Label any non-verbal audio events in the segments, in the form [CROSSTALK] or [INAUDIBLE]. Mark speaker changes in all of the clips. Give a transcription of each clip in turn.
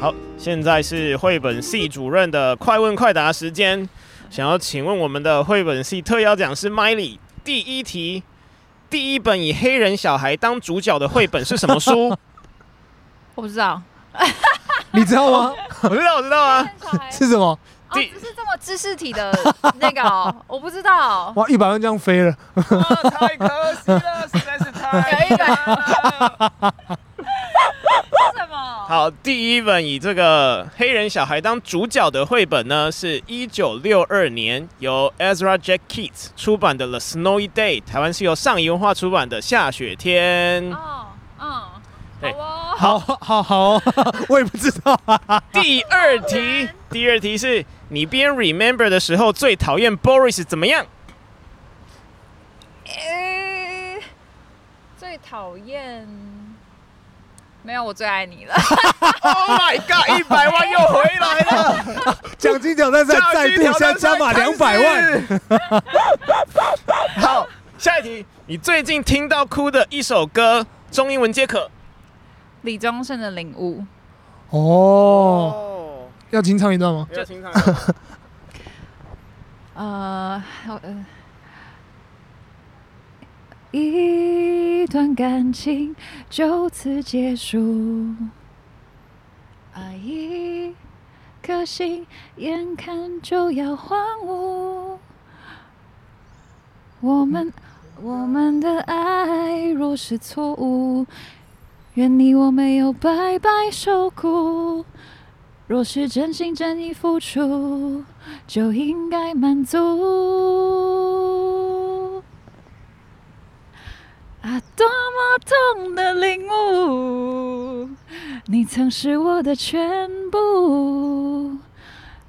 Speaker 1: 好，现在是绘本系主任的快问快答时间。想要请问我们的绘本系特邀讲师麦里，第一题，第一本以黑人小孩当主角的绘本是什么 [LAUGHS] 书？
Speaker 2: 我不知道，
Speaker 3: 你知道吗？
Speaker 1: 我知道，我知道啊。
Speaker 3: 是什么？
Speaker 2: 哦，
Speaker 1: 第
Speaker 2: 只是这么知识体的 [LAUGHS] 那个哦，我不知道。
Speaker 3: 哇，一百万这样飞了！
Speaker 1: 啊太可惜了，实在是太
Speaker 2: 有一本
Speaker 1: 了。
Speaker 2: [LAUGHS] 是什么？
Speaker 1: 好，第一本以这个黑人小孩当主角的绘本呢，是一九六二年由 Ezra Jack Keats 出版的《The Snowy Day》，台湾是由上游文化出版的《下雪天》。
Speaker 2: 哦，嗯，
Speaker 1: 对
Speaker 2: 好哦。
Speaker 3: 好好好、哦， [LAUGHS] 我也不知道、啊
Speaker 1: [LAUGHS] 第二题，第二题是你编 Remember 的时候最讨厌 Boris 怎么样？
Speaker 2: 呃最讨厌，没有，我最爱你了。
Speaker 1: [LAUGHS]
Speaker 2: [LAUGHS]
Speaker 1: Oh my god！一百万又回来 [LAUGHS] 了，
Speaker 3: 奖金挑战赛再度现在加码两百万。
Speaker 1: 万。 [LAUGHS] 好，下一题，你最近听到哭的一首歌，中英文皆可。
Speaker 2: 李宗盛的领悟，
Speaker 3: 哦，
Speaker 1: 哦，
Speaker 3: 要清唱一段吗？
Speaker 1: 就听到。
Speaker 2: 呃，好呃，一段感情就此结束，啊，一颗心眼看就要荒芜，我们我们的爱若是错误，愿你我没有白白受苦。若是真心真意付出，就应该满足。啊，多么痛的领悟，你曾是我的全部，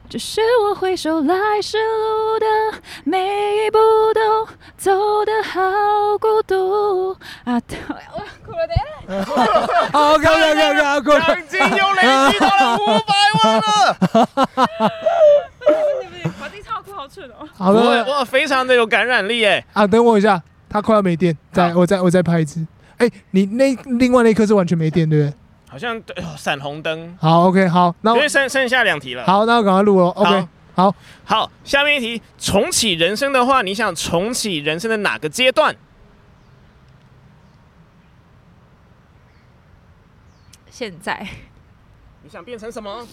Speaker 2: 只是我回首来时路的每一步都走得好孤独。啊，多我哭了，等一下
Speaker 3: 好，OK OK OK OK，过
Speaker 1: 奖金又累积到了五百万啊 [LAUGHS] 了。
Speaker 2: [LAUGHS] 对不起，我自己唱哭好蠢哦。
Speaker 3: 好
Speaker 1: 哇
Speaker 3: 了
Speaker 1: 哇，非常的有感染力哎。
Speaker 3: 啊，等我一下，它快要没电，再我再我再拍一次。哎、你那另外那一颗是完全没电，对不对？
Speaker 1: 好像对哦闪红灯，
Speaker 3: 好，OK，好，那
Speaker 1: 因
Speaker 3: 我
Speaker 1: 为剩剩下两题了。
Speaker 3: [LAUGHS] 好，那我赶快录哦。OK，好，
Speaker 1: 好，下面一题，重启人生的话，你想重启人生的哪个阶段？
Speaker 2: 现在。
Speaker 1: 你想变成什么？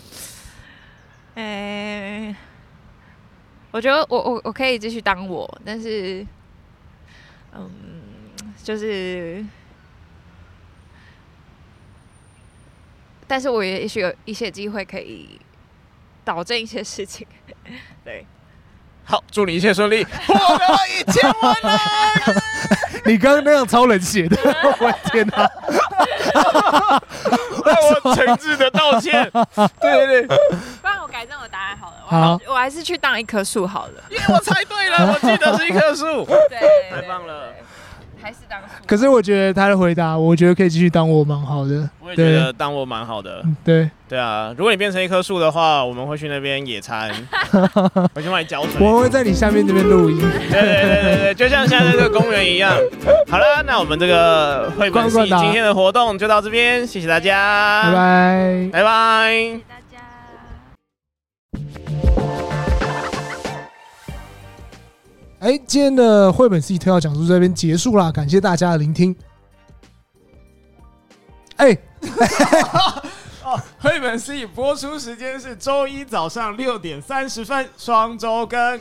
Speaker 2: 哎、我觉得我我我可以继续当我，但是，嗯，就是，但是我也许有一些机会可以导正一些事情。对，
Speaker 1: 好，祝你一切顺利，获得一千万
Speaker 2: [LAUGHS]
Speaker 1: 了。
Speaker 3: 你刚刚那样超冷血的，我的天哪、
Speaker 1: 我诚挚的道歉。 [LAUGHS] 对对对，
Speaker 2: 不然我改正我答案好了。我
Speaker 3: 好
Speaker 2: 我还是去当一棵树好了。
Speaker 1: 耶，我猜对了，我记得是一棵树。
Speaker 2: 对，
Speaker 1: 太棒了，
Speaker 2: 还是当树。
Speaker 3: 可是我觉得他的回答，我觉得可以继续当我蛮好的。
Speaker 1: 我也觉
Speaker 3: 对
Speaker 1: 得当我蛮好的。
Speaker 3: 对，
Speaker 1: 对啊，如果你变成一棵树的话，我们会去那边野 [LAUGHS] 餐，我去买浇水。
Speaker 3: 我会在你下面这边录音。
Speaker 1: 对对对对对，就像现在这个公园一样。好了，那我们这个绘本系
Speaker 3: 关关打
Speaker 1: 今天的活动就到这边，谢谢大家，
Speaker 3: 拜拜。
Speaker 1: 拜拜
Speaker 2: 大家。
Speaker 3: 哎，今天的绘本 C 特邀讲述这边结束啦，感谢大家的聆听。哎，
Speaker 1: 绘本 C 播出时间是周一早上六点三十分，双周更。